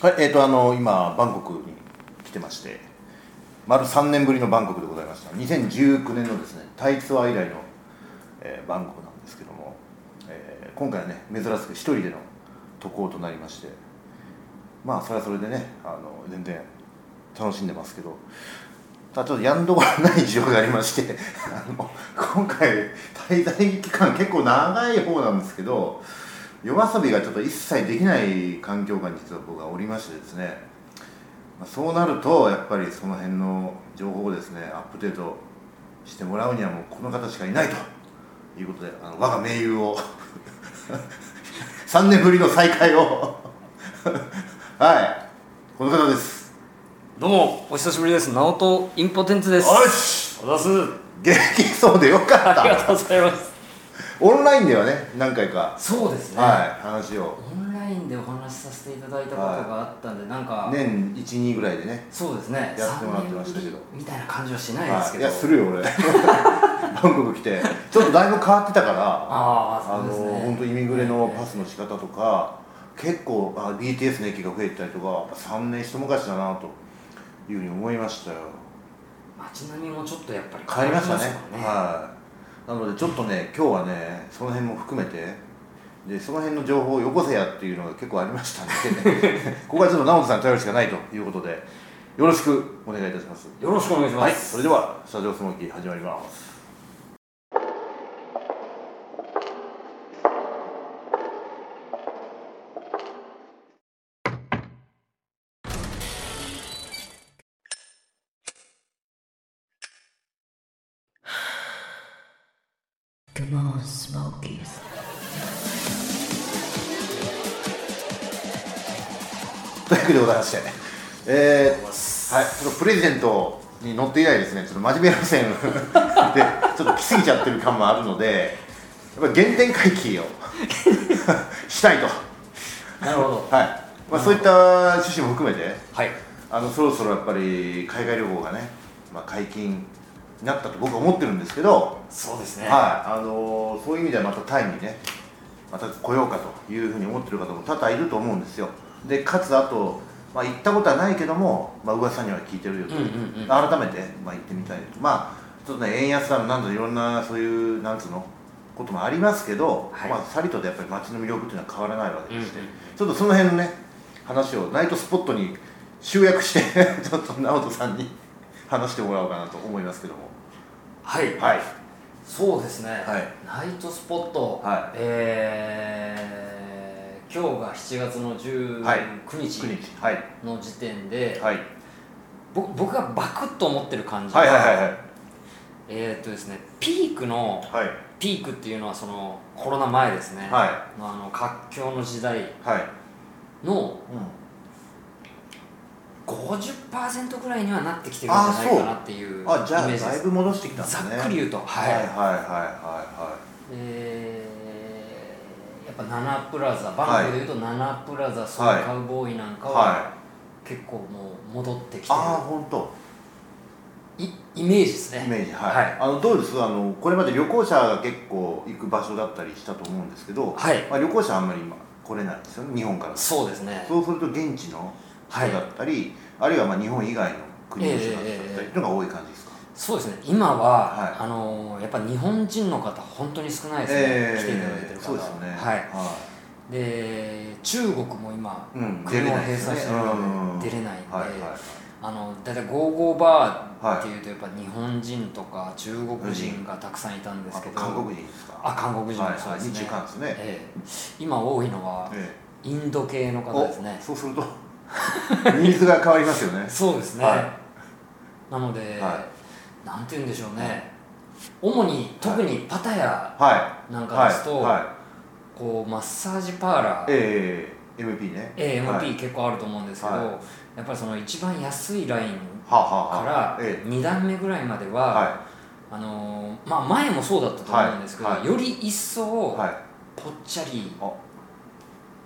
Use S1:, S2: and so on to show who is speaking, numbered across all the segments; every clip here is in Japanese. S1: はい、えっ、とあの今バンコクに来てまして、丸3年ぶりのバンコクでございました。2019年のですね、タイツアー以来の、えーバンコクなんですけども、えー今回はね珍しく一人での渡航となりまして、まあそれはそれでね、あの全然楽しんでますけど。ただちょっとやんどころない事情がありまして あの今回滞在期間結構長い方なんですけど夜遊びがちょっと一切できない環境下に実は僕はおりましてですね、まあ、そうなるとやっぱりその辺の情報をですねアップデートしてもらうにはもうこの方しかいないということであの我が盟友を 3年ぶりの再会を はいこの方です
S2: どうもお久しぶりです直人インポテンツです
S1: よし
S2: おざす
S1: 元気そうでよかっ
S2: ありが
S1: た
S2: とうございます
S1: オンラインではね何回か、
S2: そうですね、
S1: はい話を
S2: オンラインでお話しさせていただいたことがあったんで、なんか、
S1: 年12ぐらいでね
S2: そうですね
S1: やってもらってましたけど
S2: 三年ぶりみたいな感じはしないです
S1: はい、
S2: け
S1: い
S2: ど、
S1: やするよ俺 バンコク来てちょっとだいぶ変わってたから
S2: あ
S1: あ
S2: あそうです
S1: の
S2: ね
S1: 本当イミグレのパスの仕方とか結構あ BTS の駅が増えてたりとかやっぱ3年一昔だなというふうに思いましたよ
S2: 街並みもちょっとやっぱり
S1: 変わりましたね
S2: 変わりま
S1: はいなのでちょっとね今日はねその辺も含めてでその辺の情報をよこせやっていうのが結構ありましたんで ここはちょっと直人さんに頼るしかないということでよろしくお願いいたします
S2: すよねよろしくお願いし
S1: は
S2: ま
S1: い、
S2: す、
S1: それではスタジオスモーキー始まります。
S3: Come on, Smokies.
S1: というわけでございまして、えー、はい、ちょっとプレゼントに乗って以来ですね、ちょっと真面目路線で ちょっと来すぎちゃってる感もあるので、やっぱり原点回帰を したいと、
S2: なるほど
S1: はい、まあそういった趣旨も含めて、
S2: はい
S1: あのそろそろやっぱり海外旅行がね、まあ解禁になったと僕は思ってるんですけど。
S2: そうですね
S1: はい、あのーそういう意味ではまたタイにねまた来ようかというふうに思ってる方も多々いると思うんですよでかつあと、まあ、行ったことはないけども、まあ噂には聞いてるよと、
S2: うんうんうん
S1: 改めて、まあ、行ってみたいとまあちょっとね円安だのなんだのいろんなそういうなんつうのこともありますけど、
S2: はい
S1: まあ、さりとでやっぱり街の魅力っていうのは変わらないわけでして、
S2: うんうん
S1: ちょっとその辺のね話をナイトスポットに集約して ちょっと直人さんに話してもらおうかなと思いますけども
S2: はい、
S1: はい
S2: そうですね、
S1: はい
S2: ナイトスポット、
S1: はい
S2: えー今日が7月の
S1: はい
S2: 19日
S1: 9日はい
S2: の時点で、
S1: はい
S2: 僕僕がバクッと思ってる感じ
S1: はいはいはいはい
S2: えーっとですねピークの
S1: はい
S2: ピークっていうのはそのコロナ前ですね、
S1: は
S2: のあの活況の時代
S1: はい、
S2: の
S1: う
S2: 50%ぐらいにはなってきてるんじゃないかなっていうイメ
S1: ん、あじゃあ
S2: ージで
S1: だい
S2: す
S1: ぶ戻してきたんで
S2: ざ
S1: すね
S2: っくり言うとはい、
S1: はいはいは
S2: えーやっぱナナプラザバンクでいうとナナプラザソウルカウボーイなんか
S1: いはいはい
S2: は
S1: はい
S2: 結構もう戻ってきてる、
S1: ああ本当
S2: いイメージですね
S1: イメージはい、
S2: はい
S1: あのどうですあのこれまで旅行者が結構行く場所だったりしたと思うんですけど、
S2: はい
S1: まあ、旅行者あんまり今来れないんですよね日本からそ
S2: そうです
S1: う
S2: ね
S1: すると現地の人だったり、あるいはまあ日本以外の国の人だったりっていうのが多い感じですか、
S2: そうですね今は、
S1: はい
S2: あのーやっぱ日本人の方本当に少ないですね、来ていただいてる方
S1: そうですよね
S2: はい、
S1: は
S2: で中国も今、
S1: うん
S2: 国
S1: 出れ
S2: を
S1: ないで
S2: 閉
S1: すよね
S2: 鎖してるので
S1: うん
S2: 出れないんで、
S1: はいはい
S2: あのだいたいゴーゴーバーっていうとやっぱ日本人とか中国人がたくさんいたんですけど、
S1: あ韓国人ですか
S2: あ韓国人
S1: は
S2: も
S1: い
S2: そうですね、
S1: 日中韓ですね
S2: ええ今多いのは
S1: ええ
S2: インド系の方
S1: お
S2: ですね
S1: そうすると ニーズが変わりますよね
S2: そうですね、
S1: は
S2: なので、
S1: は
S2: なんて言うんでしょうね主に特にパタヤ
S1: は
S2: ないんかですと、
S1: はいはい
S2: こうマッサージパーラー、
S1: ええ MP ね
S2: AMP
S1: は
S2: 結構あると思うんですけど、
S1: はい
S2: やっぱりその一番安いライン
S1: あはあ
S2: か
S1: はあ
S2: ら
S1: ええ
S2: 2段目ぐらいまでは、
S1: は
S2: あのーまあ、前もそうだったと思うんですけど、
S1: はいはい
S2: より一層
S1: いはい
S2: ぽっちゃり
S1: あ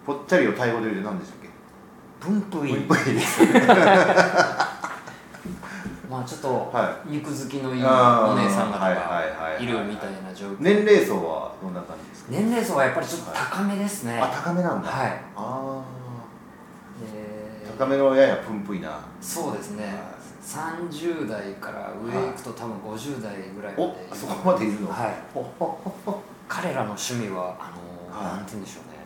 S1: ぽっちゃりをタイ語で言うと何でしたっけ
S2: 分布い
S1: ぷいぷいです
S2: まあちょっと
S1: は
S2: 肉付きのいい
S1: あー
S2: お姉さん方
S1: はいはいはいは
S2: が
S1: い
S2: いるみたいな状況
S1: 年齢層はどんな感じですか
S2: 年齢層はやっぱりちょっと高めですね、
S1: あ高めなんだ
S2: はい
S1: ああ
S2: で
S1: 高めのややプンプイな
S2: そうですね、
S1: はい
S2: 30代から上行くと多分50代ぐらいまで
S1: お
S2: いる
S1: そこまでいるの
S2: はい
S1: ほほほ
S2: 彼らの趣味はあのー
S1: はい
S2: なんて言うんでしょうね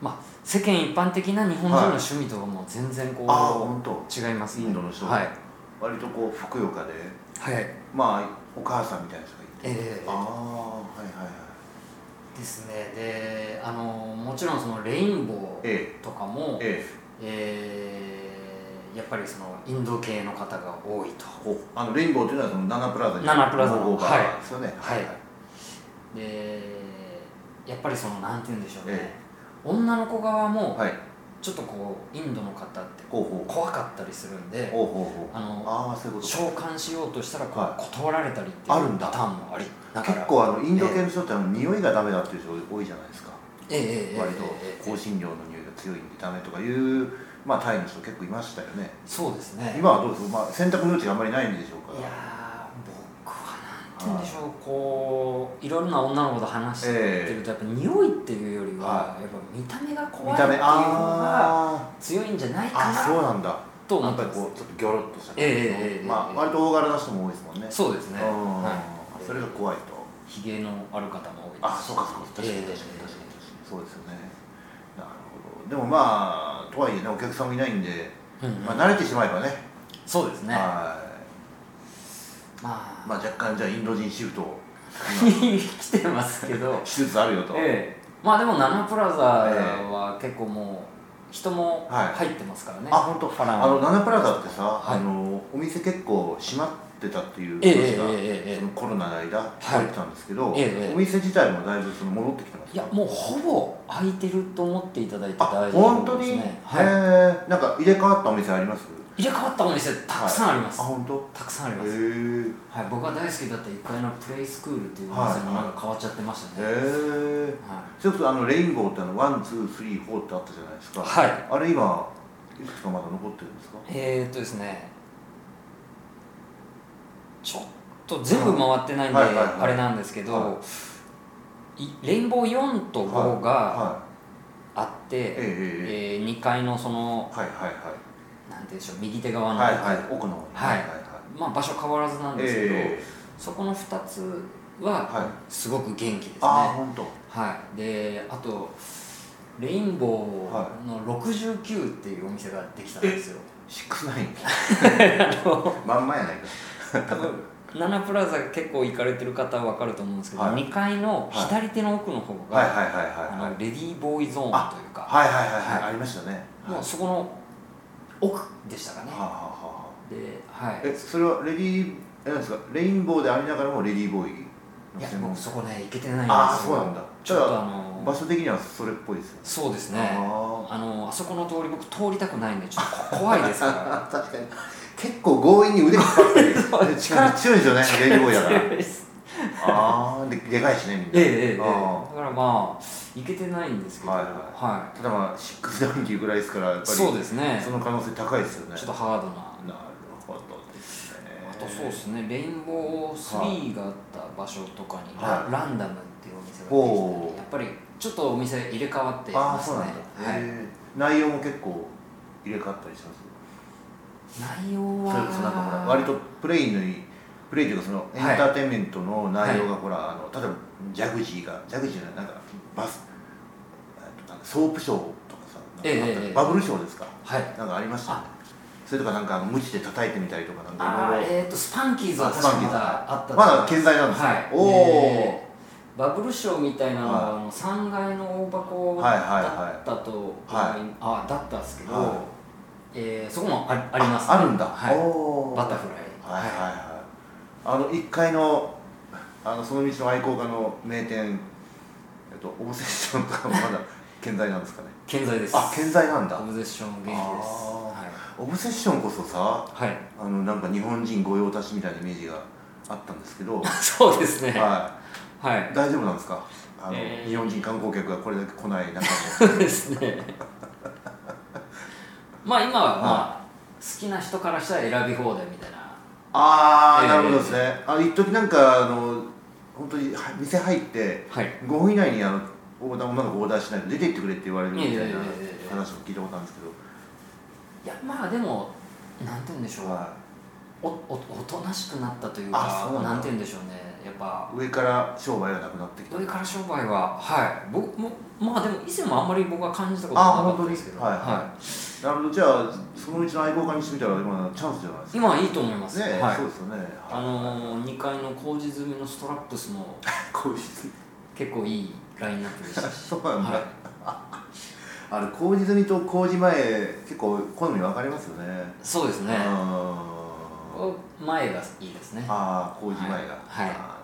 S2: まあ世間一般的な日本人の趣味とはもう全然こう、
S1: ああ本当
S2: 違いますね
S1: インドの人
S2: はい
S1: 割とこうふくよかで
S2: はい
S1: まあお母さんみたいな人がいて
S2: ええ
S1: ああはいはいはい
S2: ですねであのもちろんそのレインボ
S1: え
S2: ーとかも、え
S1: ええ
S2: ーやっぱりそのインド系の方が多いと
S1: えあのレインボーというのはそのナナプラザに
S2: ナナプラザ
S1: ロ
S2: の
S1: ゴが
S2: はい
S1: ですよね
S2: はいでやっぱりそのなんて言うんでしょうね、
S1: え
S2: 女の子側も
S1: はい
S2: ちょっとこうインドの方って
S1: ほうほう
S2: 怖かったりするんで
S1: ほうほうほう
S2: あの
S1: ああそういうこと
S2: 召喚しようとしたらこ
S1: は
S2: う断られたりってい
S1: ある
S2: うん
S1: だ
S2: パターンもありだから
S1: 結構あのインド系の人ってあの匂いがダメだっていう人多いじゃないですか
S2: ええええええ
S1: 割
S2: ええ
S1: と香辛料の匂いが強いんでダメとかいうまあタイの人結構いましたよね
S2: そうですね
S1: 今はどうですか、まあ、選択の余地があんまりないんでしょうから
S2: いやー僕はなんて言うんでしょうこういろんな女の子と話してるとやっぱ匂いっていうよりはやっぱ見た目が怖い
S1: 見
S2: ってい
S1: た
S2: う
S1: 目
S2: のが
S1: あ
S2: 強いんじゃない
S1: ーあ
S2: か
S1: そう
S2: な
S1: なんだ
S2: と
S1: な
S2: 思
S1: ん
S2: って
S1: か
S2: ます
S1: こうちょっとギョロっとした
S2: ええええええ
S1: まあ割と大柄な人も多いですもんね
S2: そうですね
S1: うん
S2: はい
S1: それが怖いと
S2: ひげのある方も多いです
S1: あそうかそうか確かに
S2: ええ
S1: 確かに確かに確かにそうですよねなるほどでもまあとはいえねお客さんもいないんで、
S2: うんうん
S1: まあ、慣れてしまえばね
S2: そうですね
S1: はい
S2: まあ
S1: まあ若干じゃあインド人シフト を、
S2: に 来てますけど
S1: しつつあるよと、
S2: ええ、まあでもナナプラザは結構もう人も
S1: はい
S2: 入ってますからね、
S1: あ本当
S2: ファラン
S1: あのナナプラザってさ、
S2: はい
S1: あのお店結構閉まってたっていう
S2: ええ
S1: 話が、
S2: ええええ
S1: そのコロナの間聞こえてたんですけど、
S2: ええええ
S1: お店自体もだいぶその戻ってきてます
S2: いやもうほぼ空いてると思っていただいて
S1: あ
S2: 大丈
S1: 本当
S2: 夫で
S1: に、
S2: す
S1: へ
S2: ね、
S1: え
S2: は
S1: なんか入れ替わったお店あります
S2: い、入れ替わったお店たくさんあります、
S1: あ本当
S2: たくさんあり
S1: へ
S2: ま
S1: え
S2: す、はい、僕が大好きだった1階のプレイスクールっていうお
S1: はい
S2: 店もなんか変わっちゃってましたね、はい
S1: へえそれこそあのレインボーってあのワンツースリーフォーってあったじゃないですか
S2: はい
S1: あれ今いくつかまだ残ってるんですか
S2: えー、っとですねちょっと全部回ってないんで、
S1: はいはいはい
S2: あれなんですけど、
S1: はい
S2: レインボー4と5が
S1: は
S2: あって、
S1: い、はい、えええええ
S2: え2階のその
S1: えはいはいはい
S2: なんて言うんでしょう右手側の、
S1: はいはい奥の方に
S2: はい
S1: はい
S2: まあ、場所変わらずなんですけど、
S1: ええ
S2: そこの2つは
S1: はい
S2: すごく元気ですね、
S1: ああ
S2: は
S1: 本当
S2: いであとレインボーの69っていうお店ができたんですよ、
S1: 少ないまんまやないか
S2: 多分ナナプラザ結構行かれてる方は分かると思うんですけど、
S1: はい
S2: 2階の左手の奥の方が、
S1: はいはいはいはい
S2: あ
S1: はい
S2: のレディーボーイゾーンというか
S1: はいはいはいはい
S2: はい
S1: ありましたねはい
S2: もうそこの奥でしたかね、
S1: はあはあはあ
S2: ではい
S1: えそれはレディーえなんですかレインボーでありながらもレディーボーイの
S2: いや
S1: 専門
S2: 僕そこね行けてないんですよ
S1: ああそうなんだ
S2: ちょっとあの
S1: ただ場所的にはそれっぽいですよ
S2: そうですね
S1: あ
S2: あのあそこの通り僕通りたくないんでちょっとこ怖い ですか
S1: あ確かに結構強引に腕がかかってる
S2: そう
S1: 力強いですよねレディーボーイだ
S2: ら
S1: からああででかいしねみんな
S2: ええええええだ
S1: あ
S2: からまあ行けてないんですけど
S1: はい
S2: は
S1: あただまあシックスダウンキーぐらいですからやっぱ
S2: い
S1: り
S2: そうですね
S1: その可能性高いですよね
S2: ちょっとハードな
S1: なるほどですね
S2: あとそうですねレインボー3があった場所とかにラ,、
S1: はい
S2: ランダムっていうお店ができ
S1: ほ
S2: て
S1: う
S2: やっぱりちょっとお店入れ替わって
S1: あ
S2: ま
S1: あ
S2: す
S1: そう
S2: ね
S1: なんだ、
S2: はい、
S1: へえ内容も結構入れ替わったりします
S2: 内容は
S1: それこそなんかほら割とプレイのプレイというかそのエン
S2: はい
S1: ターテインメントの内容がほら、あの例えばジャグジーがジャグジーじゃないなんかバスえっとなんかソープショーとかさなんかあった
S2: ええええ
S1: バブルショーですか
S2: はい
S1: なんかありましたね
S2: あ
S1: それとかなんかあの無知で叩いてみたりとかなん
S2: あ
S1: かいろい
S2: ー
S1: ろ
S2: えー、とスパンキーズは
S1: あ
S2: 確
S1: スパ
S2: か
S1: ンキー
S2: ま
S1: ズ
S2: だあったと
S1: ま
S2: 思い
S1: だ
S2: ます
S1: 健在なんですね
S2: はい、
S1: お
S2: で
S1: お
S2: バブルショーみたいなの
S1: はい
S2: は、あの3階の大箱
S1: はいはいはい
S2: だったと思い、
S1: はい
S2: あだったんですけど、
S1: はい
S2: えーそこもああります、
S1: ああるんだ、
S2: はい
S1: おー
S2: バタフラ
S1: はい
S2: イ
S1: はいはいあの1階のあのその道の愛好家の名店えっとオブセッションとかもまだ健在なんです かね
S2: 健在です
S1: あ健在なんだ
S2: オブゼッション元気です
S1: あオブセッションこそさ
S2: はい、はい
S1: あのなんか日本人御用達みたいなイメージがあったんですけ ど
S2: そうですねは、
S1: はいい大丈夫なんですかあの、
S2: えー
S1: 日本人観光客がこれだけ来ない中で
S2: そうですね まあ今は、まあ、好きな人からしたら選び放題みたいな
S1: ああ、
S2: えー
S1: なるほどですねあの一時なんかあの本当には店入って
S2: はい
S1: 5分以内にあのオーダー女の子オーダーしないと出て行ってくれって言われるみたい
S2: いやい
S1: な
S2: やいやいや
S1: 話も聞いたことあるんですけど
S2: いやまあでもなんて言うんでしょう、
S1: は
S2: おおおとなしくなったというか
S1: あそうなんだ
S2: なんて言うんでしょうねやっぱ
S1: い上から商売がなくなってきた
S2: 上から商売ははい僕もまあでも以前もあんまり僕は感じたこと
S1: あ
S2: なか
S1: 本
S2: った
S1: 当
S2: ん
S1: に
S2: ですけど
S1: はいなるほどじゃあそのうちの愛好家にしてみたら今チャンスじゃないですか
S2: 今はいいと思います、
S1: ねえ、
S2: はい
S1: そうですよね
S2: あのー、2階の工事済みのストラップスも
S1: 工事
S2: 結構いいラインナップでしたし
S1: そうなんだ、
S2: はい
S1: あれ工事済みと工事前結構好み分かれますよね
S2: そうですね
S1: あ
S2: 前がいいですね
S1: あー工事前が、
S2: はい
S1: あ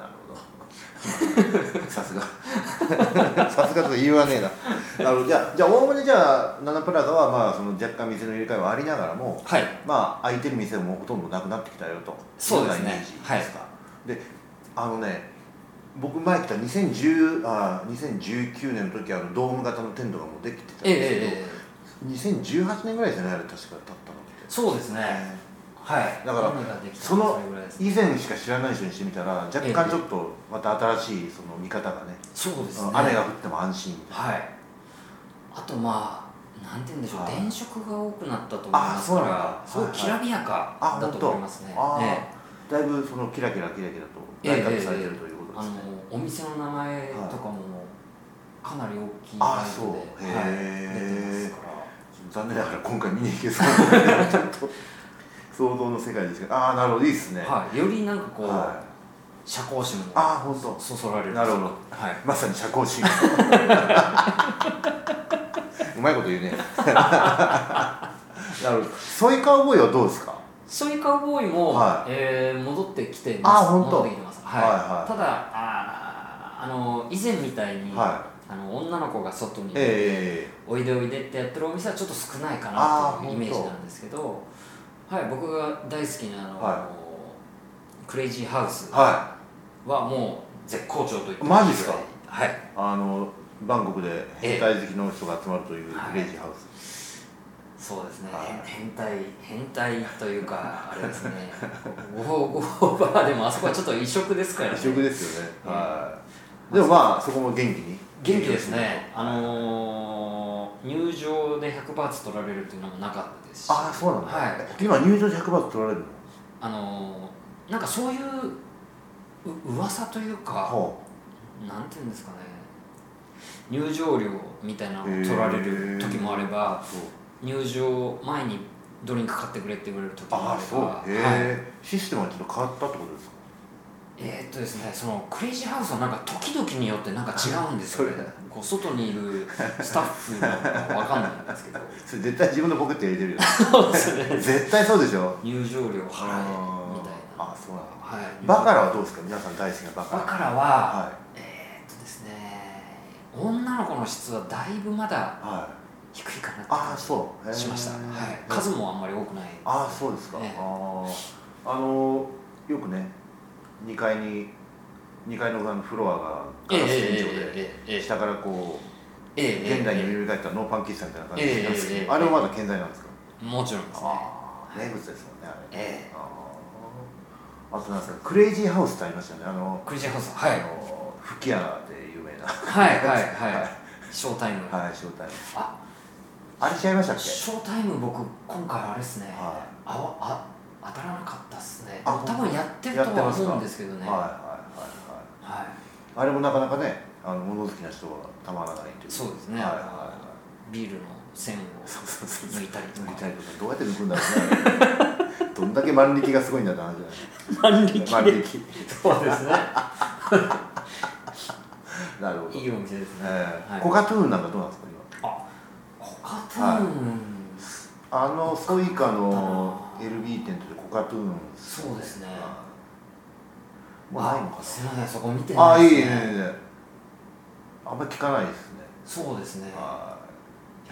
S1: ーなるほどさすが さすがとか言いようがねえななるほどじゃあじゃあおおむねじゃあナナプラザはまあその若干店の入れ替えはありながらも
S2: はい
S1: まあ空いてる店もほとんどなくなってきたよと
S2: そうです
S1: いよ
S2: ね
S1: うなイメージですか、であのね僕前来た2010あー2019年の時はあのドーム型のテントがもうできてたん
S2: えええ
S1: ですけ
S2: えええ
S1: ど、2018年ぐらいですよねあれ確かだったのって
S2: そうですねはい
S1: だから
S2: 何ができた
S1: その
S2: れぐらいです
S1: 以前しか知らない人にしてみたら若干ちょっとまた新しいその見方がね
S2: そうですね
S1: 雨が降っても安心みたいな
S2: はいあとまあなんて言うんでしょう
S1: はい
S2: 電飾が多くなったと思いますか
S1: あ
S2: らす
S1: そう
S2: ご
S1: なん
S2: い
S1: だ
S2: きらびやか
S1: あ
S2: だ
S1: 本
S2: と
S1: 当
S2: 思いますね
S1: あー
S2: ええ
S1: だいぶそのキラキラキラキラと
S2: ええ
S1: ライトアップ
S2: ええ
S1: されてる
S2: ええ
S1: ということ
S2: あ
S1: です
S2: の
S1: ね、
S2: お店の名前とかもかなり大きい
S1: あ
S2: サイト
S1: そう
S2: で、
S1: へ
S2: はい、
S1: え
S2: 出てますから
S1: 残念ながら今回見に行けそうなのでちょっと想像の世界ですけどああなるほどいいですね
S2: はい、よりなんかこう、
S1: は
S2: 社交心も
S1: あーほんと
S2: そそられる
S1: なるほど
S2: はい
S1: いまさに社交 心うまいこと言うねなるほどソイカウボーイはどうですか
S2: ソイカウボーイも、
S1: はい
S2: えー戻ってきてます
S1: あほんと
S2: 戻ってきてます、はい
S1: はいはい
S2: ただあーあの以前みたいに、
S1: は
S2: あの女の子が外に、
S1: え
S2: おいでおいでってやってるお店はちょっと少ないかなというイメージなんですけど、はい、僕が大好きなあの、
S1: は
S2: クレイジーハウ
S1: え
S2: ス
S1: は
S2: はもう絶好調と言って
S1: マジっすか
S2: はい
S1: いあのバンコクで変態好きの人が集まるという
S2: はい
S1: クレイジーハウス、
S2: そうですね、
S1: はい
S2: 変態変態というかあれですね ゴーゴーバーでもあそこはちょっと異色ですからね
S1: 異色ですよね、
S2: ええ
S1: はいでもまあそこも元気に
S2: 元気ですね、あ
S1: はい
S2: のー入場で100バーツ取られるというのもなかったですし
S1: ああそうなんだ、
S2: はい
S1: 今入場で100バーツ取られるの
S2: あのーなんかそういうう噂というか、
S1: ほ
S2: なんていうんですかね入場料みたいなのを取られる時もあれ
S1: う
S2: ば
S1: そう
S2: 入場前にドリンク買ってくれって言われる時もあ
S1: ああ
S2: れ
S1: そう
S2: ば
S1: へえ、
S2: はい
S1: システムはちょっと変わったってこと ですか
S2: えーっとですねそのクレイジーハウスはなんか時々によってなんか違うんですよね
S1: それ
S2: こう外にいるスタッフなのかわかんないんですけど
S1: それ絶対自分のポケットに入れてるよね
S2: そうですね
S1: 絶対そうでしょ
S2: 入場料払えみたい
S1: あ
S2: な
S1: あそうなんだ
S2: はい
S1: バカラはどうですか皆さん大好きなバカ
S2: バ
S1: ラ
S2: カラは、
S1: は
S2: えーっとですね女の子の質はだいぶまだ
S1: いはい
S2: 低いかなって
S1: あ
S2: 感
S1: あ
S2: じ
S1: そうへえ
S2: しました、はい、数もあんまり多くない
S1: ああそうですか、
S2: ええ
S1: あああのよくね2階に2階のあのフロアがガラス天井で、
S2: ええええええ
S1: 下からこ
S2: え
S1: う、
S2: えええ
S1: 現代に耳返ったノーパン喫茶みたいな感じで、すけど
S2: ええええええ
S1: あれもまだ健在なんですか、
S2: もちろんですね
S1: ああ名物ですもんねあれ
S2: ええ
S1: あーあとなんですかクレイジーハウスってありましたよねあの
S2: クリジェハウスはい
S1: あの吹き矢で有名な
S2: はいはいはいショータイム、
S1: はい正体
S2: あ
S1: あれ違いましたっけ
S2: ショータイム僕今回あれですね、
S1: は
S2: あわあ当たらなかったっすね
S1: あ
S2: 多分やってると
S1: やって
S2: は
S1: ますか
S2: 思うんですけどね
S1: はいはいはいはい
S2: は
S1: あれもなかなかね、あの物好きな人はたまらないという。
S2: そうですね
S1: はいはい
S2: いビールの線を抜いたりと
S1: はい。塗り
S2: か
S1: たいとか、どうやって抜くんだろうね。 どんだけ万力がすごいんだって話
S2: 万
S1: じゃ ない。万力。
S2: そうですね
S1: なるほど。
S2: いいお店ですね、
S1: え
S2: は
S1: え
S2: い
S1: コカトゥーンなんかどうなんですか今。
S2: あコカトゥーン、
S1: あのソイカの
S2: コカトゥ
S1: LB 店ってコカトゥーン。
S2: そうですね
S1: もうないのか
S2: すみませんそこ見て
S1: な。あ
S2: な
S1: あ
S2: い
S1: い
S2: で
S1: い
S2: す
S1: いいいい
S2: ね
S1: いい。あんま聞かないですね。
S2: そうですねや
S1: は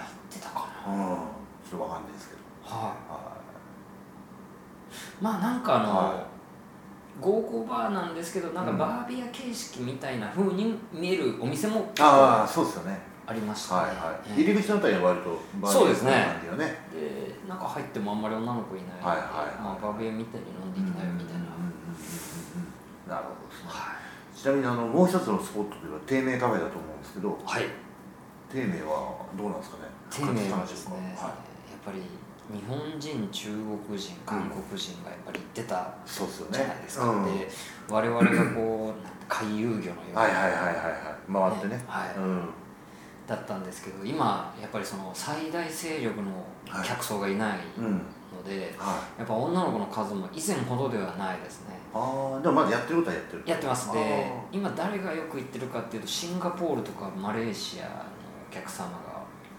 S2: ってたか
S1: い。うん。ちょっとわかんないですけど。
S2: なは
S1: はい
S2: まあなんかあの、
S1: は
S2: 合コーバーなんですけどなんか
S1: うん
S2: バービア形式みたいな風に見えるお店も
S1: い。ああそうですよね。
S2: ありましたね
S1: はいはい、
S2: ええ
S1: 入り口のあたりは割とバー
S2: そう
S1: ベ
S2: で
S1: キ
S2: す
S1: ュー
S2: ね
S1: な感じよね
S2: でなんか入ってもあんまり女の子いないので、
S1: はいはいはい
S2: まあ、バービアみたいに飲んでいきなよみたいな、
S1: うんうんうんうんうんなるほどですね
S2: は
S1: ちなみにあのもう一つのスポットといえば低迷カフェだと思うんですけど
S2: い、はい、
S1: 低迷はどうなんですかね
S2: 丁寧
S1: 復活した
S2: なん
S1: ん
S2: で
S1: しょうか
S2: すね、やっぱり日本人中国人韓国人がやっぱり行ってた
S1: そうですよね
S2: じゃないですか、
S1: うん
S2: で我々がこうなんか回遊魚のよう
S1: はい
S2: な
S1: はいはいはいはい回ってね
S2: ねはい
S1: うん、
S2: だったんですけど今やっぱりその最大勢力の客層がいない
S1: うん
S2: ので、
S1: はい
S2: やっぱ女の子の数も以前ほどではないですね
S1: ああでもまだやってることはやってる
S2: やってます
S1: あ
S2: で
S1: ー
S2: 今誰がよく行ってるかっていうとシンガポールとかマレーシアのお客様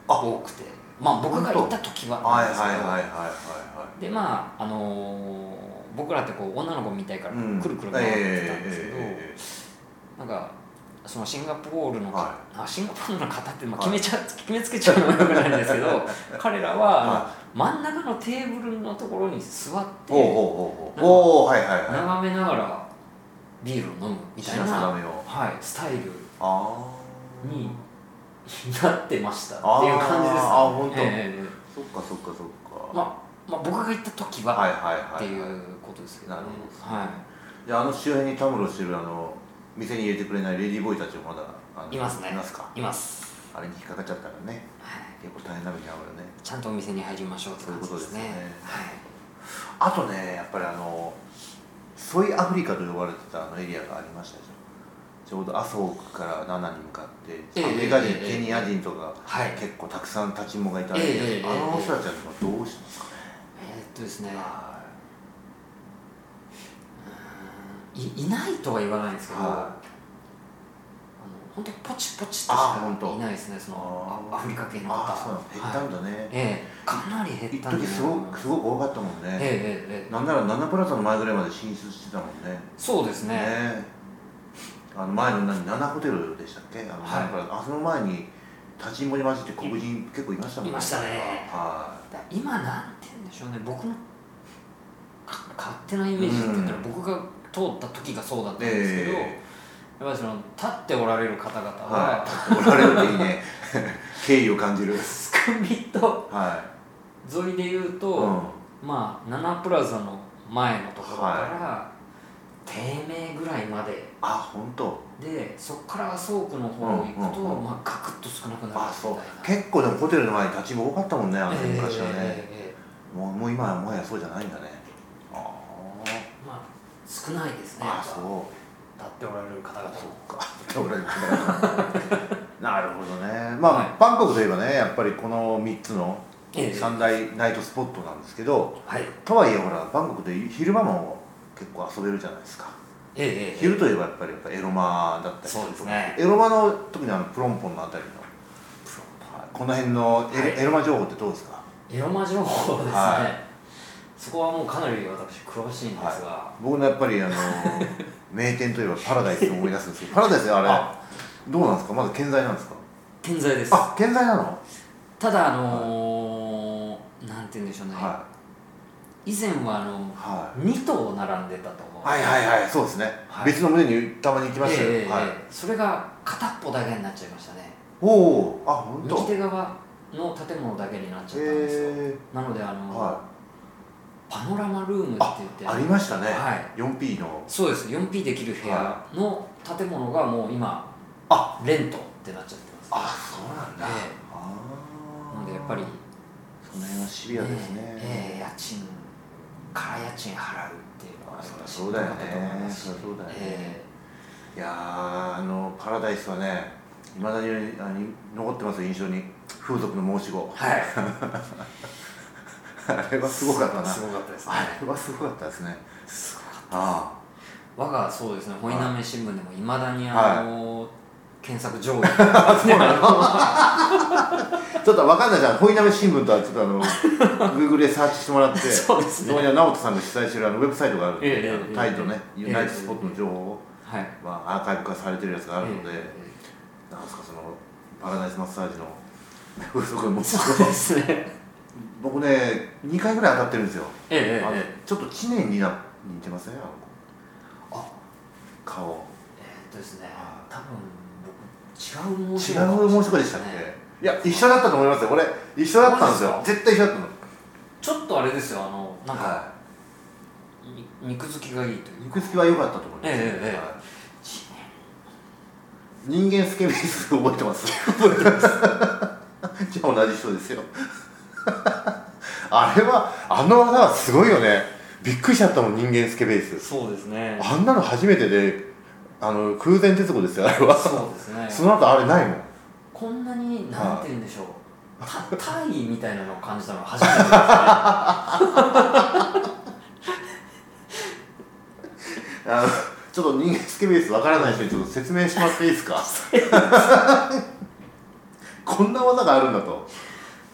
S2: が多くてまあ僕が行った時は
S1: はい
S2: なんですけど
S1: はいはいはいはい
S2: でまああのー僕らってこう女の子みたいから
S1: はい
S2: くるくる回ってたんですけど、
S1: えええええ
S2: なんかそのシンガポールのか、
S1: は
S2: あシンガポールの方って、まあ、
S1: はい
S2: 決めちゃ、決めつけちゃうのもよくないんですけど彼らは、
S1: は
S2: あの真ん中のテーブルのところに座っ
S1: え
S2: て
S1: おうおうおうおうおうはいはいはい
S2: 眺めながらビールを飲むみたいな、
S1: 品定めを
S2: はい、スタイル
S1: ああ
S2: になってました
S1: あー
S2: っていう感じですね
S1: あーほんと
S2: ええ
S1: そっかそっかそっか
S2: まあまあ、僕が行った時は
S1: はいはいはい
S2: っていうことですけどね、
S1: なるほど
S2: はい
S1: じゃああの周辺にたむろしてるあの店に入れてくれないレディーボーイたちもまだあの
S2: いますね
S1: いますか
S2: います、
S1: あれに引っかかっちゃったらね
S2: はい、
S1: 結構大変な目に遭うよね
S2: ちゃんとお店に入りましょうって感じです
S1: そ
S2: ね
S1: ういうことですよね
S2: は
S1: あ
S2: い
S1: とねやっぱりあのソイアフリカと呼ばれてたあのエリアがありましたでしょちょうど麻生区からナナに向かって
S2: ええ
S1: アフリカ
S2: え
S1: 人、
S2: えええ
S1: ケニア人とか、
S2: はい
S1: 結構たくさん立ちんぼがいたん
S2: えええ
S1: で、
S2: えええ
S1: あの人たちはどうしてますかね、
S2: えーっとですね
S1: はい
S2: いいないとは言わないんですけど、
S1: はい
S2: あの本当ポチポチとし
S1: あ
S2: か
S1: 本当
S2: いないですねその
S1: あー
S2: あアフリカ系の方
S1: ああそうなの減ったん
S2: は
S1: だ
S2: い
S1: ね、
S2: ええかなり減っ
S1: 一
S2: たん
S1: 時
S2: じゃない
S1: す
S2: かな
S1: ごくすごく多かったもん
S2: ええ
S1: ね、
S2: ええええ
S1: なんならナナプラザの前ぐらいまで進出してたもんね
S2: そうですね
S1: ねあの前の何ナナホテルでしたっけあの、
S2: はい
S1: ナナプラザあその前に立ちんぼに混じって黒人結構いましたもん
S2: いましたね
S1: はい
S2: だから今なんて言うんでしょうね僕のか勝手なイメージって言ったら、
S1: うん
S2: 僕が通った時がそうだったんですけど、
S1: え
S2: やっぱりその立っておられる方々
S1: え
S2: は、
S1: はい、おられるといいね 敬意を感じる
S2: つかみと
S1: は
S2: 沿いで言う
S1: い、
S2: と、まあナナプラザの前のところから、低迷ぐらいまで
S1: あ本当
S2: でそこから倉庫の方に行くと、
S1: うんうんうん
S2: まあ、ガクッと少なくなるみたいな
S1: あそう結構でもホテルの前に立ちんぼ多かったもんねあの
S2: ええ
S1: 昔はね、
S2: えええ
S1: もうもう今はもはやそうじゃないんだねあ
S2: えまあ少ないです
S1: ー
S2: ね
S1: あ
S2: やっぱ
S1: そう
S2: 立っておられる方々も
S1: そっかって俺が なるほどねまあ、
S2: はい
S1: バンコクといえばねやっぱりこの3つの
S2: ええ
S1: 三大ナイトスポットなんですけど、
S2: はい
S1: とはいえほらバンコクで昼間も結構遊べるじゃないですか
S2: ええええ
S1: 昼といえばやっぱりやっぱエロマだったりとか
S2: そうですね
S1: エロマの特にあのプロンポンのあたりのこの辺のエ,、
S2: はい
S1: エロマ情報ってどうですか、
S2: エロマ情報ですね、
S1: はい
S2: そこはもうかなり私詳しいんですが、
S1: はい、僕のやっぱり あの名店といえばパラダイスを思い出すんですけどパラダイスあれどうなんですかまだ健在なんですか
S2: 健在です
S1: あ健在なの
S2: ただあのーなんて言うんでしょうね、
S1: は
S2: 以前はあの
S1: い、は
S2: 2頭並んでたと思う
S1: い、はいはいはいそうですね、
S2: はい
S1: 別の胸にたまに行きましたよ、
S2: ええええ
S1: はい、
S2: それが片っぽだけになっちゃいましたね
S1: おおあ本
S2: 右
S1: 当
S2: 手側の建物だけになっちゃったんですよ、
S1: え
S2: なのであ
S1: ー、
S2: の、
S1: は
S2: パノラマルームって言って
S1: いありましたね、
S2: はい
S1: 4P の
S2: そうです 4P できる部屋の建物がもう今
S1: あ
S2: レントってなっちゃってま
S1: あ
S2: す
S1: そうなんだ、
S2: ええ
S1: ああ
S2: なのでやっぱり
S1: その辺はシビアですね、
S2: ええええ家賃から家賃払うっていうのはやっぱしん
S1: そ
S2: ど
S1: うだよ
S2: か
S1: ね
S2: ったと思いますし
S1: そりゃそうだよね
S2: え
S1: いやーあのパラダイスはねいまだにあの残ってますよ印象に風俗の申し子
S2: えはい
S1: あれはすごかったな
S2: すごかったですね
S1: あれはすごかったですね
S2: すごかった
S1: あ
S2: 我がそうですねホイナメ新聞でもいまだ
S1: は
S2: に
S1: い
S2: あの、検索上位そうなの
S1: あちょっと分かんないじゃんホイナメ新聞とはちょっと あの Google でサーチしてもらって
S2: そうですね
S1: こには直人さんが主催してるあのウェブサイトがあるんで、
S2: ええええ
S1: あのタイとね、
S2: ええ
S1: ユナイトスポットの情報を、
S2: はい
S1: まあ、アーカイブ化されてるやつがあるので、
S2: え
S1: なんですかそのパラダイスマッサージの 風俗の
S2: え
S1: 申し
S2: そう
S1: 子
S2: ですね
S1: 僕ね2回ぐらい当たってるんですよ
S2: えええ
S1: あの
S2: えええ
S1: ちょっと知念にな似てませんあの子
S2: あ
S1: 顔
S2: えーっとですね
S1: は、
S2: 多分
S1: 違
S2: 僕違う面
S1: う
S2: 白かもれない
S1: 申し子でしたっけいや一緒だったと思いますよこれ一緒だったんですよ
S2: マジ
S1: 絶対一緒だったの
S2: ちょっとあれですよあのなんか、
S1: は
S2: に肉付きがいいとい
S1: いう肉付きは良かったと思います、
S2: ええええ
S1: はい
S2: ち
S1: 人間スケベリス覚 えてます覚えてますじゃあ同じ人ですよあれはあの技はすごいよねびっくりしちゃったもん人間スケベース
S2: そうですね
S1: あんなの初めてであの空前絶後ですよあれは
S2: そうですね
S1: その後あれないもん
S2: こんなになんて言うんでしょうた体位みたいなのを感じたのは初め
S1: あのちょっと人間スケベースわからない人にちょっと説明してもらっていいです かこんな技があるんだと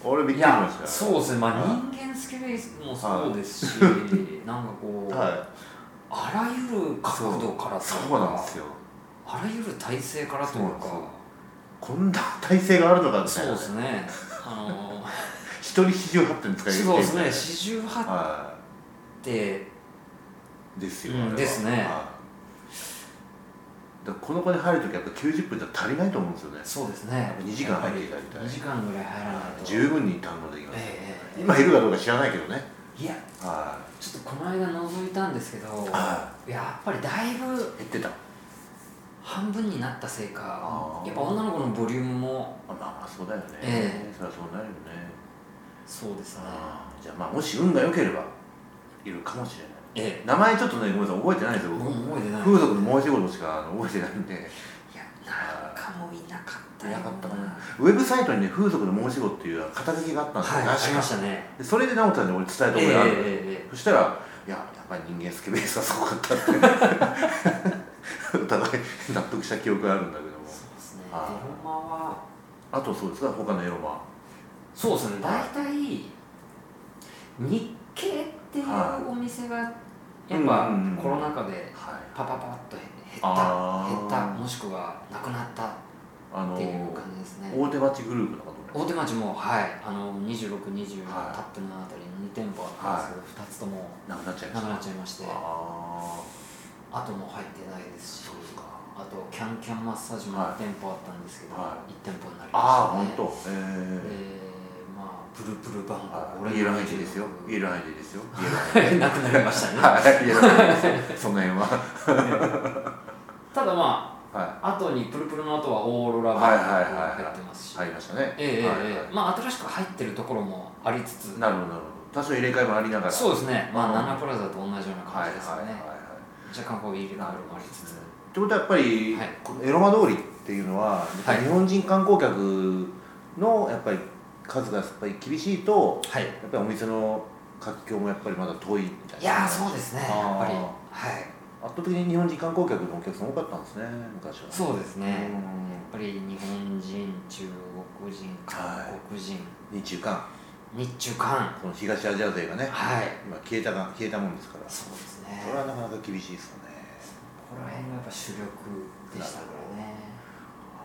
S1: 俺び
S2: て
S1: っ
S2: ですね
S1: く
S2: い
S1: りしました
S2: やそうですねまあ
S1: は
S2: 人間スケベースもそうですし、なんかこう、
S1: は
S2: あらゆる角度から
S1: い
S2: と
S1: そう
S2: か
S1: なんですよ
S2: あらゆる体勢からというか
S1: そうこんな体勢があるのかみ
S2: そ
S1: た
S2: う
S1: いな
S2: ですねあ
S1: 一人四十八点使
S2: の
S1: い
S2: そうですね
S1: す
S2: 四十八っ
S1: は
S2: て
S1: いですよ、
S2: うん
S1: あれは
S2: ですね
S1: はいだからこの子に入るときやっぱ90分じゃ足りないと思うんですよね
S2: そうですね
S1: 2時間入っていただきたい
S2: 2時間ぐらい入らないと
S1: 十分に堪能でき
S2: え
S1: ま
S2: え
S1: す、
S2: ええ
S1: 今いるかどうか知らないけどね
S2: いや
S1: は
S2: ちょっとこの間覗いたんですけど
S1: は
S2: やっぱりだいぶ
S1: い減ってた
S2: 半分になったせいか
S1: あー
S2: やっぱ女の子のボリュームも
S1: あまあまあそうだよね、
S2: え
S1: そりゃそうなるよね
S2: そうですね
S1: あーじゃあまあもし運が良ければいるかもしれない
S2: ええ
S1: 名前ちょっとねごめんなさい覚えてないんですよ
S2: 僕
S1: 僕
S2: も覚えてない
S1: 風俗の申し事しかあの覚えてないんで
S2: いやなんかもういなかったよ
S1: なかったかなウェブサイトにね風俗の申し子っていう肩書きがあったんですよ、
S2: はい
S1: 確
S2: ありま
S1: か
S2: したね
S1: でそれで直人に俺伝えた覚
S2: ええ
S1: えがある、
S2: えええ
S1: そしたら「いややっぱり人間スケベースがすごかった」ってお互い納得した記憶があるんだけども
S2: えそうですねエロ
S1: あー
S2: マは
S1: あとそうですか他のエロマ
S2: そうですね大体日系っていうお店がやっぱ
S1: うんうんうん
S2: コロナ禍で
S1: はい
S2: パパパッと減
S1: あー
S2: った減ったもしくはなくなったっ
S1: あの
S2: ていう感じですね
S1: 大手町グループのこと
S2: 大手町もはいあの2620
S1: はい
S2: たってのあたりに2店舗あったんですけど、2つとも
S1: なくなっちゃいまし
S2: なく
S1: た
S2: なっちゃいまして
S1: あ
S2: あともう入ってないですし
S1: そうですか
S2: あとキャンキャンマッサージも
S1: は
S2: 1
S1: い
S2: 店舗あったんですけど、
S1: は
S2: 1店舗になり
S1: あああ
S2: ま
S1: 本
S2: した、ね、
S1: 当え
S2: で
S1: え
S2: まあプルプルバンコク
S1: 言えないでですよ言え
S2: な
S1: ないでですよ言えないで
S2: なくなりましたね
S1: はい言えないですよその辺は
S2: ただま
S1: は
S2: あ後にプルプルの後はオーロラバ
S1: はい
S2: ー
S1: はいはい
S2: が
S1: はい
S2: 入ってますし
S1: い入りましたね
S2: ええええ
S1: はい
S2: ええまあ新しく入ってるところもありつつ
S1: なるほどなるほど多少入れ替えもありながら
S2: そうですねまあ
S1: うん
S2: ナナプラザと同じような感
S1: はい
S2: じ
S1: はい
S2: です
S1: は
S2: よ
S1: い
S2: ね
S1: はい
S2: 若干こう入れ替わるもありつつ
S1: ってことはやっぱり、
S2: はい
S1: このエロマ通りっていうのは、
S2: はい
S1: 日本人観光客のやっぱり数がやっぱり厳しいと
S2: はい
S1: やっぱりお店の活況もやっぱりまだ遠いみたいない
S2: やーそうですねや
S1: あー
S2: っぱりはい
S1: 圧倒的に日本人観光客のお客さん多かったんですね昔は
S2: そうですねやっ
S1: う
S2: ぱり日本人中国人
S1: はい
S2: 韓国人
S1: ん日中韓
S2: 日中韓
S1: この東アジア勢がね、
S2: はい
S1: 今消えたが消えたもんですからそ
S2: そうですね
S1: れはなかなか厳しいですよね
S2: ここら辺がやっぱ主力でしたからね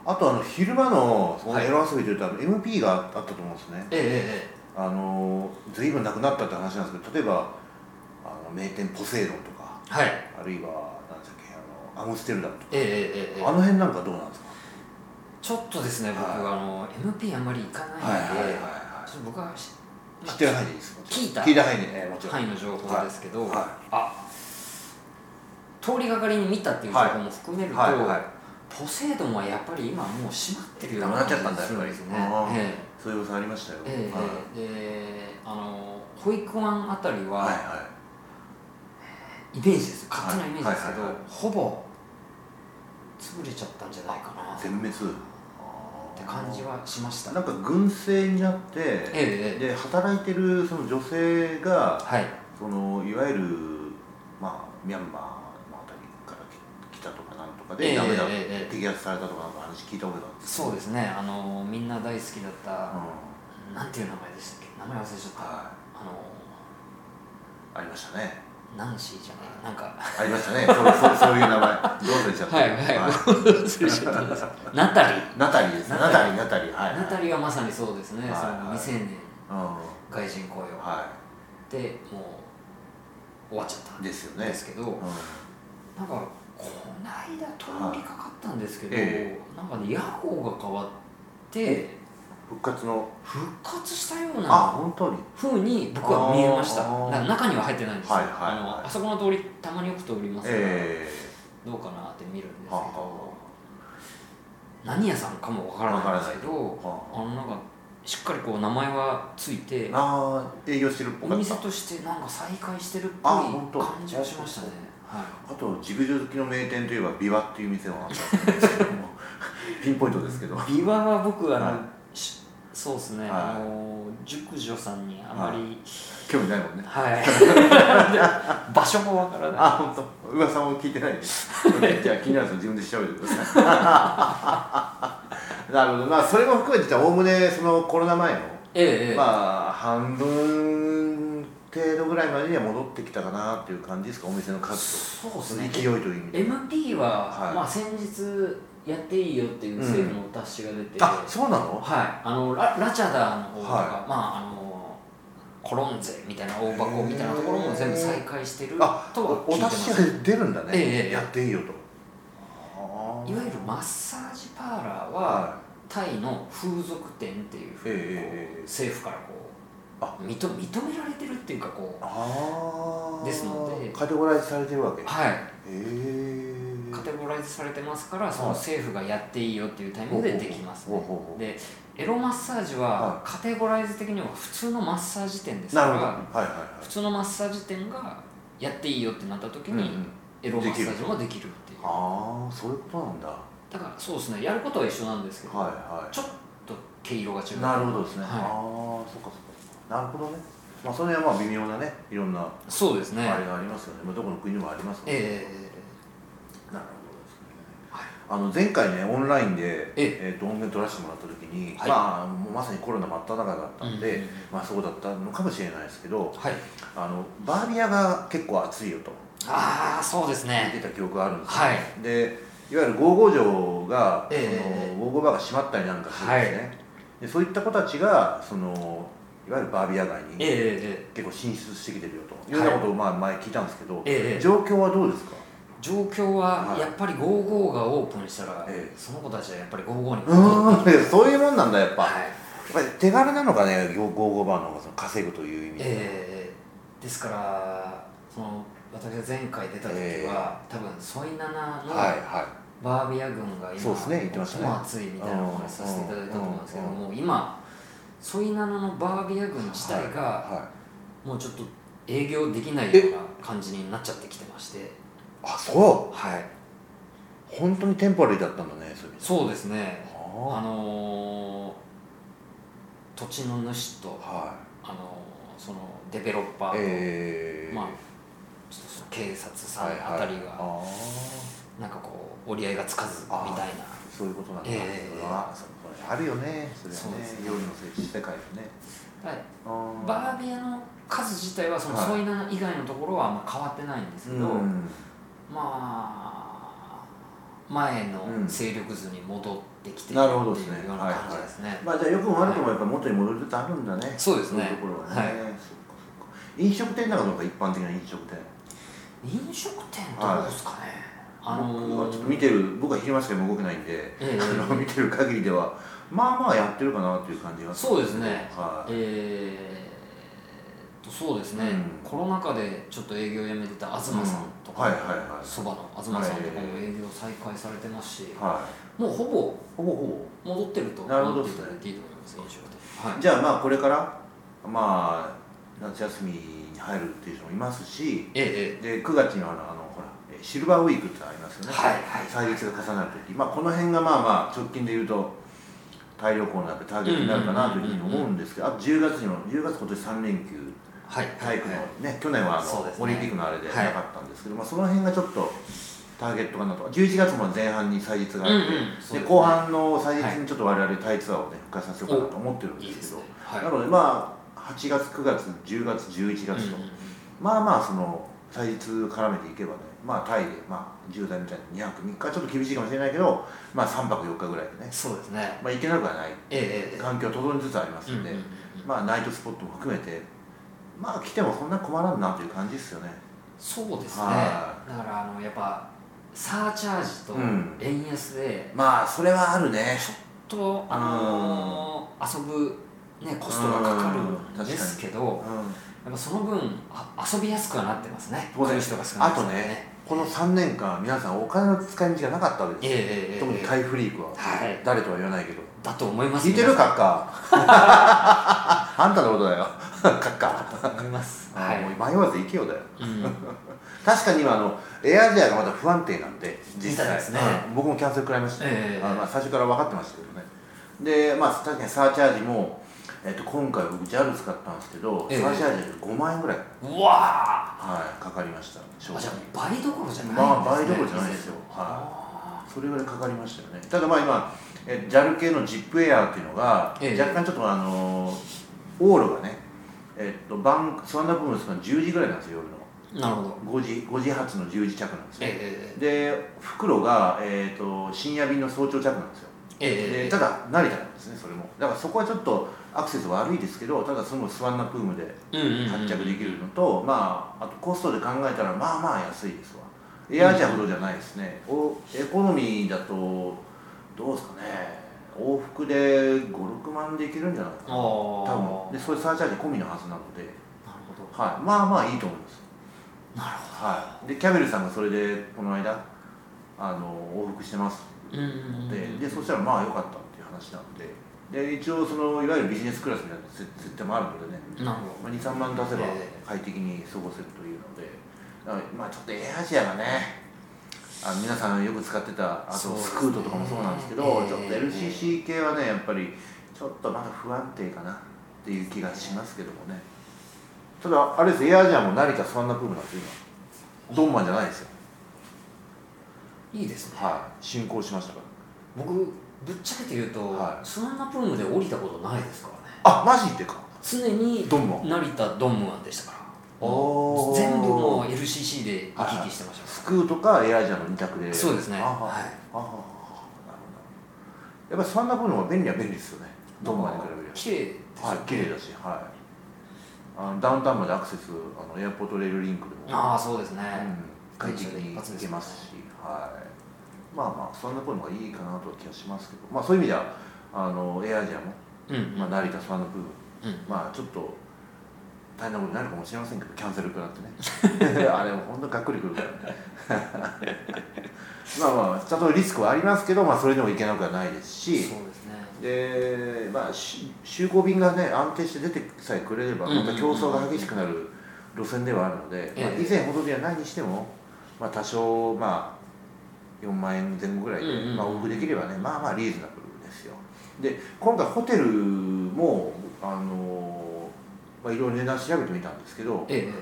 S1: あとあの昼間のその
S2: はい
S1: エロ遊びというと、あの MP があったと思うんですね
S2: えええ
S1: あの随分なくなったって話なんですけど例えばあの名店ポセイドンとか
S2: えはい
S1: あるいは何でしたっけあのアムステルダムと
S2: ええええええ
S1: かあの辺なんかどうなんですか
S2: ちょっとですね僕、
S1: はい
S2: あの MP あんまり行かないんで、
S1: は
S2: ちょっと僕はし
S1: 知ってる範囲でいいです
S2: 聞いた
S1: 聞いた範囲でねもちろん
S2: 範囲の情報ですけど、
S1: はいは
S2: あ通りがかりに見たっていう情報も含めると、
S1: はいはい
S2: ポセイドンはやっぱり今もう閉まってるよう
S1: なくなっちゃったんだ
S2: 感じがするんです
S1: やっぱり
S2: ね。
S1: そういう噂ありましたよ
S2: ええええ
S1: はい
S2: ええであの保育園あたりは、
S1: はい
S2: イメージですよ勝手なイメージですけど、
S1: はいはいはい
S2: ほぼ潰れちゃったんじゃないかな
S1: はい
S2: っ
S1: 全滅って
S2: 感じはしました
S1: なんか軍政になって、
S2: ええええ
S1: で働いてるその女性が
S2: はい
S1: そのいわゆる、まあ、ミャンマーのあたりから来来たとかなんとかで、
S2: ええ
S1: ダメだ、
S2: ええええ
S1: 摘発されたとかなんか話聞いた覚えがあるんです
S2: そうですねあのみんな大好きだった、
S1: う
S2: なんていう名前でしたっけ名前忘れちゃった、
S1: んは
S2: あの
S1: いありましたね
S2: ナンシーじゃないなんか
S1: ありましたねそうそうそういう名前どうれちゃった
S2: 忘れちゃったんですナタリー
S1: ナタリーですねナ
S2: ナタ
S1: タ
S2: リ
S1: リーナタリーはい
S2: ナタリーはまさにそうです
S1: は
S2: ね、
S1: いはい
S2: その未成年
S1: うん
S2: 外人雇用、
S1: は
S2: でもう終わっちゃった
S1: い
S2: ん
S1: ですよね
S2: ですけど、
S1: うん
S2: なんかこないだ通りかかったんですけど、
S1: はいえ
S2: なんかね屋号が変わって
S1: 復活の
S2: 復活したよう
S1: あ
S2: な
S1: 本当に
S2: 風に僕は見えましただ
S1: あー
S2: から中には入ってないんですよ、
S1: はいはいはい
S2: あのあそこの通りたまによく通りますから、
S1: え
S2: どうかなって見るんです
S1: え
S2: けど、何屋さんかもわからないんですけど
S1: わからない
S2: あのなんかしっかりこう名前はついて
S1: ああ営業してるっぽ
S2: お
S1: かっ
S2: 店
S1: た
S2: としてなんか再開してるっぽ
S1: あ
S2: い
S1: 本当
S2: 感じはしましたねはい
S1: あとジグジョ好きの名店といえばビワっていう店はあったんですけども ピンポイントですけど
S2: 琵琶は僕あの、
S1: は
S2: しそうですね、
S1: はい
S2: あの熟女さんにあまり
S1: 興味ないもんね
S2: はい、 で場所もわからない
S1: あ本当噂も聞いて ないですじゃあ気になる人は自分で調べてください なるほどまあそれも含めてじゃあおおむねそのコロナ前の
S2: ええええ
S1: まあ半分程度ぐらいまでには戻ってきたかなっていう感じですかお店の数
S2: そうで
S1: と
S2: す
S1: 勢
S2: ね
S1: いという意味で
S2: MP は、
S1: はい
S2: まあ、先日やっていいよっていう政府のお達しが出て、
S1: あそうなの
S2: はいあのララチャダの方とか、
S1: は
S2: まああのコロンゼみたいな大箱みたいなところも全部再開してるとは
S1: あお
S2: 聞い
S1: お
S2: てま
S1: 達し
S2: す
S1: が出るんだね、
S2: ええ
S1: やっていいよと
S2: いわゆるマ
S1: ッ
S2: ッサージパーラー
S1: サ
S2: は、タイの風俗店っていうふうにこう、
S1: ええ
S2: 政府からこ
S1: あ
S2: う認認められてるっていうかこう
S1: ああ
S2: ですので
S1: カテゴライズされてるわけへ
S2: はい
S1: え
S2: カテゴライズされてますからその
S1: はい
S2: 政府がやっていいよっていうタイミングでできます
S1: ほう
S2: ね
S1: ほうほう
S2: でエロマッサージ
S1: は
S2: はカテゴライズ的には普通のマッサージ店ですか
S1: なるほどはい
S2: ら
S1: はい
S2: 普通のマッサージ店がやっていいよってなった時
S1: はい、
S2: にエロマッサージもできるっていう
S1: ああそういうことなんだは
S2: だからそうですねやることは一緒なんですけ
S1: い
S2: ど
S1: はい
S2: ちょっと毛色が違う
S1: なるほどですね、
S2: はい
S1: ああそっかそっかなるほどねまあそれはまあ微妙なねいろんなあ
S2: そうですね
S1: れがありますよね、まあ、どこの国にもありますので、
S2: え
S1: なるほどですねあの前回ねオンラインで、
S2: え
S1: えー、と音源取らせてもらった時に、
S2: はい
S1: まあ、もうまさにコロナ真っ只中だったんで、
S2: うんうんうん
S1: まあ、そうだったのかもしれないですけど
S2: えはい
S1: あのバービアが結構熱いよと
S2: ああそうです
S1: 言って
S2: ね
S1: た記憶があるんですよ、
S2: はい
S1: でいわゆるゴーゴー城が、
S2: え
S1: そ
S2: え
S1: のゴーゴーバーが閉まったりなんかするんですね、でそういった子たちがそのいわゆるバービア街に
S2: ええ
S1: 結構進出してきてるよというようなことを、まあ、前聞いたんですけど、
S2: ええ
S1: 状況はどうですか
S2: 状況
S1: は
S2: はいやっぱり55がオープンしたら、
S1: ええ
S2: その子たちはやっぱり55に
S1: うーん そういうもんなんだやっぱ、
S2: はい
S1: やっぱり手軽なのがねゴーゴーバーの方がその稼ぐという意味で、
S2: ええですからその私が前回出た時は、
S1: ええ
S2: 多分ソイナナの
S1: はいは
S2: バービア軍が今、
S1: そうですね言ってましたね
S2: もう熱いみたいなお話させていただいたと思うんですけど
S1: うんうん
S2: もう今ソイナナのバービア軍自体が、
S1: い、はい、
S2: もうちょっと営業できないような感じになっちゃってきてまして
S1: あそう
S2: はい
S1: 本当にテンポ悪いだったんだねそういう意味で
S2: そうですねあ
S1: は
S2: のー土地の主と、
S1: あは
S2: あのーそのデベロッパー
S1: い
S2: と、
S1: ええ
S2: まあちょっとその警察さん
S1: はいはい
S2: あたり
S1: あ
S2: が
S1: あ
S2: なんかこう折り合いがつかずみ
S1: あー
S2: たいな
S1: そういうことなんだ、
S2: ええ
S1: あそうあるよねそれは
S2: そう
S1: ね
S2: ですね
S1: 夜の世界のね
S2: はい
S1: あー
S2: バービアの数自体はその
S1: はい
S2: ソイナ以外のところはあんま変わってないんですけど、
S1: うん
S2: まあ前の
S1: うん
S2: 勢力図に戻ってきてる
S1: な
S2: っ
S1: る
S2: ていう
S1: ほ
S2: よ
S1: ど
S2: う
S1: ですね
S2: な感じですね
S1: まあじゃあよくも悪くもやっぱ元に戻りつつあるんだね、
S2: そうですね
S1: そういうところはね、
S2: はい
S1: そっかそっか飲食店なのか一般的な飲食店
S2: 飲食店どうですかね、あ
S1: 僕
S2: の
S1: は
S2: ー
S1: ちょっと見てる僕は昼間しか動けないんで、
S2: ええ
S1: あの見てる限りではまあまあやってるかなという感じが
S2: そうですね
S1: はい、
S2: えーっとそうですね、
S1: うん
S2: コロナ禍でちょっと営業を辞めてた東さんと
S1: うん
S2: か
S1: はいはいはい
S2: そば、の東さんとかも営業再開されてますし、
S1: は
S2: もうほ
S1: い、ほぼ
S2: ぼ
S1: ほ
S2: 戻ってると
S1: なるほど
S2: 思っていただいていいと思います飲食店は
S1: ぼ
S2: い
S1: じゃあまあこれからまあ夏休みに入るっていう人もいますし
S2: ええええ
S1: で9月にはあのあのほらえシルバーウィークってありますよね
S2: はいはい
S1: 歳月が重なる時まあこの辺がまあまあ直近で言うと大旅行のやっぱターゲットになるかなというふうに思うんですけどあと10月にも10月今年3連休
S2: はい
S1: 体育の
S2: はい
S1: ね、去年はあ
S2: そう
S1: の、
S2: ですね
S1: オリンピックのあれでな
S2: はい
S1: かったんですけど、まあ、その辺がちょっとターゲットかなと11月も前半に祭日があって、
S2: うんうんそうです
S1: で
S2: ね
S1: 後半の祭日にちょっと我々タイツアーをね復活させようかなと思ってるんで
S2: いいですす
S1: けど
S2: ねはい
S1: なのでまあ8月9月10月11月と、
S2: うんうんうん
S1: まあまあその祭日絡めていけばねまあタイで、まあ、10代みたいに2泊3日はちょっと厳しいかもしれないけど、まあ、3泊4日ぐらいでね、
S2: そうですね
S1: まあ、いけなくはない
S2: ええええ
S1: 環境整いつつありますんで、
S2: うんうんうんうん
S1: まあナイトスポットも含めてまあ来てもそんな困らんなという感じですよね
S2: そうですねだ
S1: は
S2: からあのやっぱサーチャージと
S1: うん
S2: 円安で
S1: まあそれはあるね
S2: とあのー遊ぶ、ね、コストがかかるんですけど
S1: う
S2: やっぱその分あ遊びやすくはなってますね
S1: 当然
S2: 来る人が少ない
S1: あとねこの3年間皆さんお金の使い道がなかったわけ
S2: え
S1: で
S2: え
S1: すよ、特
S2: ええええ
S1: にタイフリークは、
S2: はい
S1: 誰とは言わないけど
S2: だと思います
S1: 聞いてるカッカ あんたのことだよカッカ
S2: 皆さん思いますは
S1: はいい、、もう迷わず行けよだよ
S2: うん、
S1: 確かに今あのエアアジアがまだ不安定なんで
S2: みたいですね
S1: うん僕もキャンセル食らいました、
S2: ええ
S1: あのまあ、最初から分かってましたけどねでまあ確かにサーチャージも、えっと、今回僕 JAL 使ったんですけど、
S2: ええ
S1: サーチャージ5万円ぐらい、
S2: うわ
S1: はい、かかりました正
S2: ーあ
S1: 直
S2: じゃあ倍どころじゃないんですね
S1: まあ倍どころじゃないですよ
S2: は
S1: それぐらいかかりましたよねただまあ今え JAL 系のジップエアーっていうのが、
S2: ええ
S1: 若干ちょっとあの往路がねえっと晩スワンダーブームスが10時ぐらいなんですよ夜の
S2: いなるほど
S1: 5時 ,5 時発の10時着なんですよ、
S2: え
S1: で袋が、えー、と深夜便の早朝着なんですよ、
S2: ええええ
S1: で
S2: え
S1: ただ成田なんですねそれもだからそこはちょっとアクセス悪いですけどただそのスワンナプームで
S2: うんうんうん
S1: 発着できるのと、まああとコストで考えたらまあまあ安いですわエアアジアほどじゃないですね、おエコノミーだとどうですかね往復で56万でいけるんじゃないかな
S2: あー
S1: 多分でそれサーチャージ込みのはずなので、
S2: なるほど
S1: はい、まあまあいいと思います
S2: なるほ
S1: はい、でキャメルさんがそれでこの間あの往復してます
S2: どうんうんうん
S1: で,、でそしたらまあ良かったっていう話なんでで一応そのいわゆるビジネスクラスみたいな設設定もあるのでね、
S2: なるほ
S1: まあ、23万出せば
S2: え
S1: 快適に過ごせるというのでだからまあちょっとエアアジアがねあの皆さんよく使ってたあと
S2: そうです
S1: ス
S2: ね
S1: クートとかもそうなんですけど
S2: ええ
S1: ちょっと LCC 系はねやっぱりちょっとまだ不安定かなっていう気がしますけどもねただあれですエアアジアも成田スワンナプームなんですよ今ドンマンじゃないですよ
S2: どいいですね
S1: はい進行しましたから
S2: 僕ぶっちゃけて言うと、
S1: はい
S2: スワンナプームで降りたことないですからね
S1: あマジでか
S2: 常に
S1: ドンマン
S2: 成田ドンムワンでしたから
S1: おー
S2: 全部もう LCC で行き来してました、
S1: スクーとかエアアジアの2択で
S2: そうですね
S1: あはは
S2: はい
S1: あははなるほどやっぱりそんな部分は便利は便利ですよねどこまで比べれば
S2: 綺麗ですよね
S1: はい綺麗だしはいあのダウンタウンまでアクセスあのエアポートレールリンクでも
S2: ああそうですね、
S1: うん快適に行けますしはいまあまあそんな部分がいいかなとは気がしますけどまあそういう意味ではあのエアアジアも、
S2: うんうん、
S1: まあ、成田そんな部分
S2: うん
S1: まあちょっと大変なことになるかもしれませんけどキャンセル食らって ねあれも本当がっくりくるからね まあまあちゃんとリスクはありますけど、まあ、それでもいけなくはないです
S2: そうで
S1: し
S2: すね
S1: でまあし就航便がね安定して出てさえくれれば
S2: うんうんう
S1: ま
S2: ん
S1: た競争が激しくなる路線ではあるので、まあ
S2: ええ
S1: 以前ほどではないにしても、まあ、多少まあ4万円前後ぐらいで、
S2: うんうんうん
S1: まあ、往復できればねまあまあリーズナブルですよで今回ホテルもあのまあいろいろ値段調べてみたんですけど
S2: ええ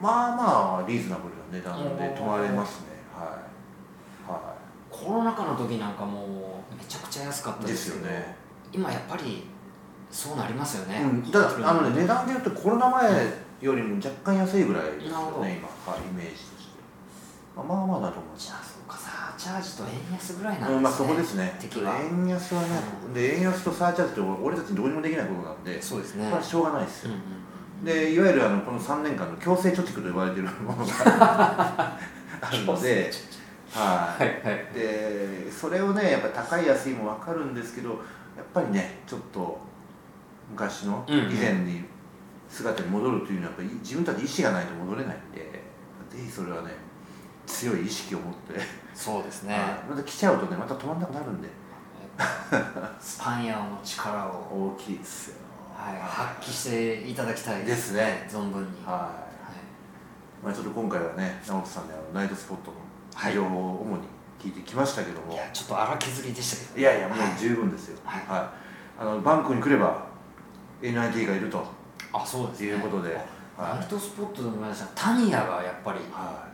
S1: まあまあリーズナブルな値段で泊まれますねはい、は
S2: コロナ禍の時なんかもうめちゃくちゃ安かった
S1: い、
S2: で
S1: ですす
S2: け
S1: よ
S2: ど
S1: ね
S2: 今やっぱりそうなりますよね、
S1: うん、ただあのね値段で言うとコロナ前よりも若干安いぐらいですよね
S2: なるほど
S1: 今、はい、イメージとしてまあまあまあだと思います
S2: じゃあそうかサーチャージと円安ぐらいなんですね、
S1: うんまあそこですね
S2: 敵は
S1: 円安はね、で円安とサーチャージって俺たちどうにもできないことなんで
S2: そうですね
S1: これはしょうがないです
S2: うん
S1: よ、
S2: うん
S1: でいわゆるあのこの3年間の強制貯蓄と呼ばれてるも のがあるのではい
S2: はいはい
S1: でそれをねやっぱり高い安いも分かるんですけどやっぱりねちょっと昔の
S2: うんうん
S1: 以前に姿に戻るというのはやっぱり自分たち意志がないと戻れないんでぜひそれはね強い意識を持って、
S2: そうですね、
S1: はいまた来ちゃうとねまた止まんなくなるんで
S2: スパンヤーの力を、
S1: 大きいですよ
S2: はい、発揮していただきたい
S1: ですね
S2: 存分に、
S1: は、
S2: はい
S1: まあ、ちょっと今回はね直人さんであのナイトスポット
S2: は
S1: の
S2: い
S1: 情報を主に聞いてきましたけど
S2: い、
S1: も、
S2: いやちょっと荒削りでしたけど
S1: いやいやもう
S2: はい
S1: 十分ですよ、
S2: はい
S1: あのバンクに来れば NIT がいると
S2: あそうです
S1: と
S2: ね
S1: いうことで、
S2: ナ
S1: は
S2: イトスポットでもないですがタニヤがやっぱり
S1: い、は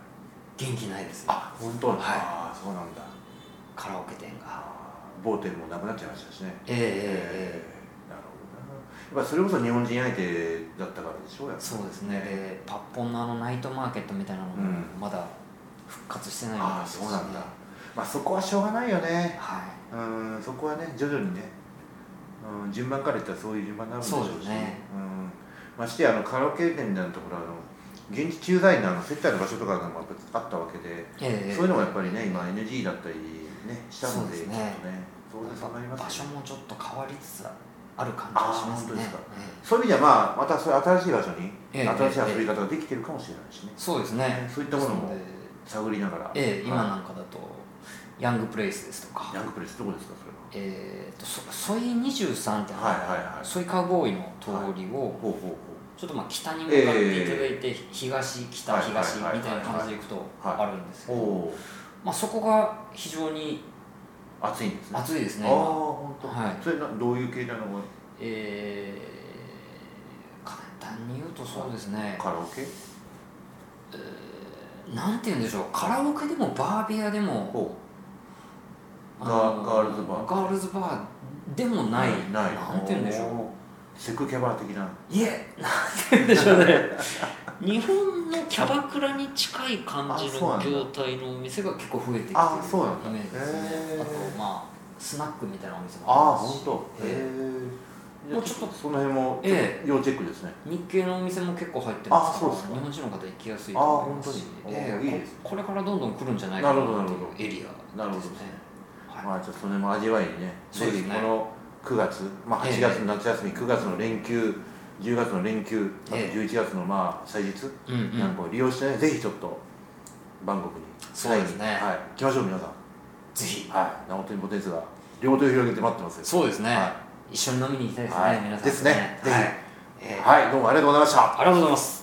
S1: い、
S2: 元気ないですよ
S1: あ本当
S2: はい
S1: ああそうなんだ
S2: カラオケ店が
S1: 某店もなくなっちゃいましたしね
S2: えええええ
S1: えなるほどなやっぱそれこそ日本人相手だったからでしょうやっ
S2: え
S1: ぱ
S2: そうですねでパッポンのあのナイトマーケットみたいなのも
S1: うん
S2: まだ復活してないみたい
S1: ああ
S2: ですね
S1: そうなんだまあそこはしょうがないよね
S2: は
S1: うんそこはね徐々にね、うん、順番からいったらそういう順番になるんでしょうし
S2: そうですね
S1: うん、ましてやあのカラオケ店みたいなところはあの現地駐在員のあの接待の場所とかもやっぱあったわけで
S2: いええええ
S1: そういうのもやっぱりね今 NG だったりねしたので
S2: そ
S1: ちょっ
S2: うです
S1: と
S2: ね
S1: ね当然そうなりますよ
S2: 場所もちょっと変わりつつあある感じがし
S1: ああ
S2: ま
S1: 本
S2: す
S1: 当で
S2: ね
S1: すか、そういう意味ではまあまたそういう新しい場所に、
S2: ええ
S1: 新しい遊び方ができてるかもしれないしね、
S2: そうですね
S1: そういったものも
S2: ですで
S1: 探りながら、
S2: ええ今
S1: は
S2: なんかだとヤングプレイスですと
S1: いヤ
S2: か
S1: ングプレスどこですかそれは
S2: えー、とソソイ23ってあの、
S1: はいはいはい
S2: ソイカウボーイの通りを、
S1: ほうほうほ
S2: ちょっとまあ北に向かっていただいて、東北
S1: はいはい
S2: 東み
S1: はいはい
S2: たいな感じでいくと
S1: はい
S2: あるんですけ
S1: う
S2: ど、
S1: おお
S2: まあ、そこが非常に
S1: 暑いんですね
S2: 熱いですね
S1: ああ本当、
S2: はい
S1: それなどういう系なの
S2: えー簡単に言うとそうですね、
S1: カラオケ
S2: なんて言うんでしょうカラオケでもバービアでも
S1: ほう
S2: あの
S1: ガガールズバー
S2: ガールズバーでもない
S1: ない
S2: なんて言うんでしょ
S1: お
S2: う
S1: ーセクキャバ的ない
S2: えなんて言うんでしょうね日本のキャバクラに近い感じ
S1: あそうな
S2: の
S1: んだ
S2: 業態のお店が結構増えてきてるイメ
S1: あそうなんだ
S2: ージですね
S1: へー
S2: あとまあスナックみたいなお店も
S1: ああ
S2: ります
S1: 本
S2: し
S1: 当へ
S2: え
S1: え
S2: もうちょっと
S1: その辺も
S2: え
S1: 要チェックですね
S2: え日系のお店も結構入ってますから
S1: あそうですか
S2: 日本人の方行きやすいと思いますし
S1: あ本当に
S2: え
S1: お
S2: え
S1: いいですね
S2: ここれからどんどん来るんじゃないかな
S1: なるほどな
S2: っ
S1: る
S2: て
S1: ほど
S2: いうエリ
S1: な
S2: ア
S1: るほ
S2: で
S1: ど
S2: すね
S1: まあちょっとその辺も味わいにね
S2: そうですね
S1: ぜひこの9月まあ
S2: ええ
S1: 8月の夏休み9月の連休10月の連休あと
S2: ええ
S1: 11月のまあ祭日
S2: うんうん
S1: なんかを利用してねぜひちょっとバンコクに
S2: そうですね
S1: はい行きましょう皆さん
S2: ぜひ
S1: はい直人にポテンツが両手を広げて待ってますよ
S2: そうですね、
S1: は
S2: 一緒に飲みに行きたいですね、
S1: はい
S2: 皆さん
S1: ですねぜひ
S2: はいええ
S1: はいどうもありがとうございました
S2: ありがとうございます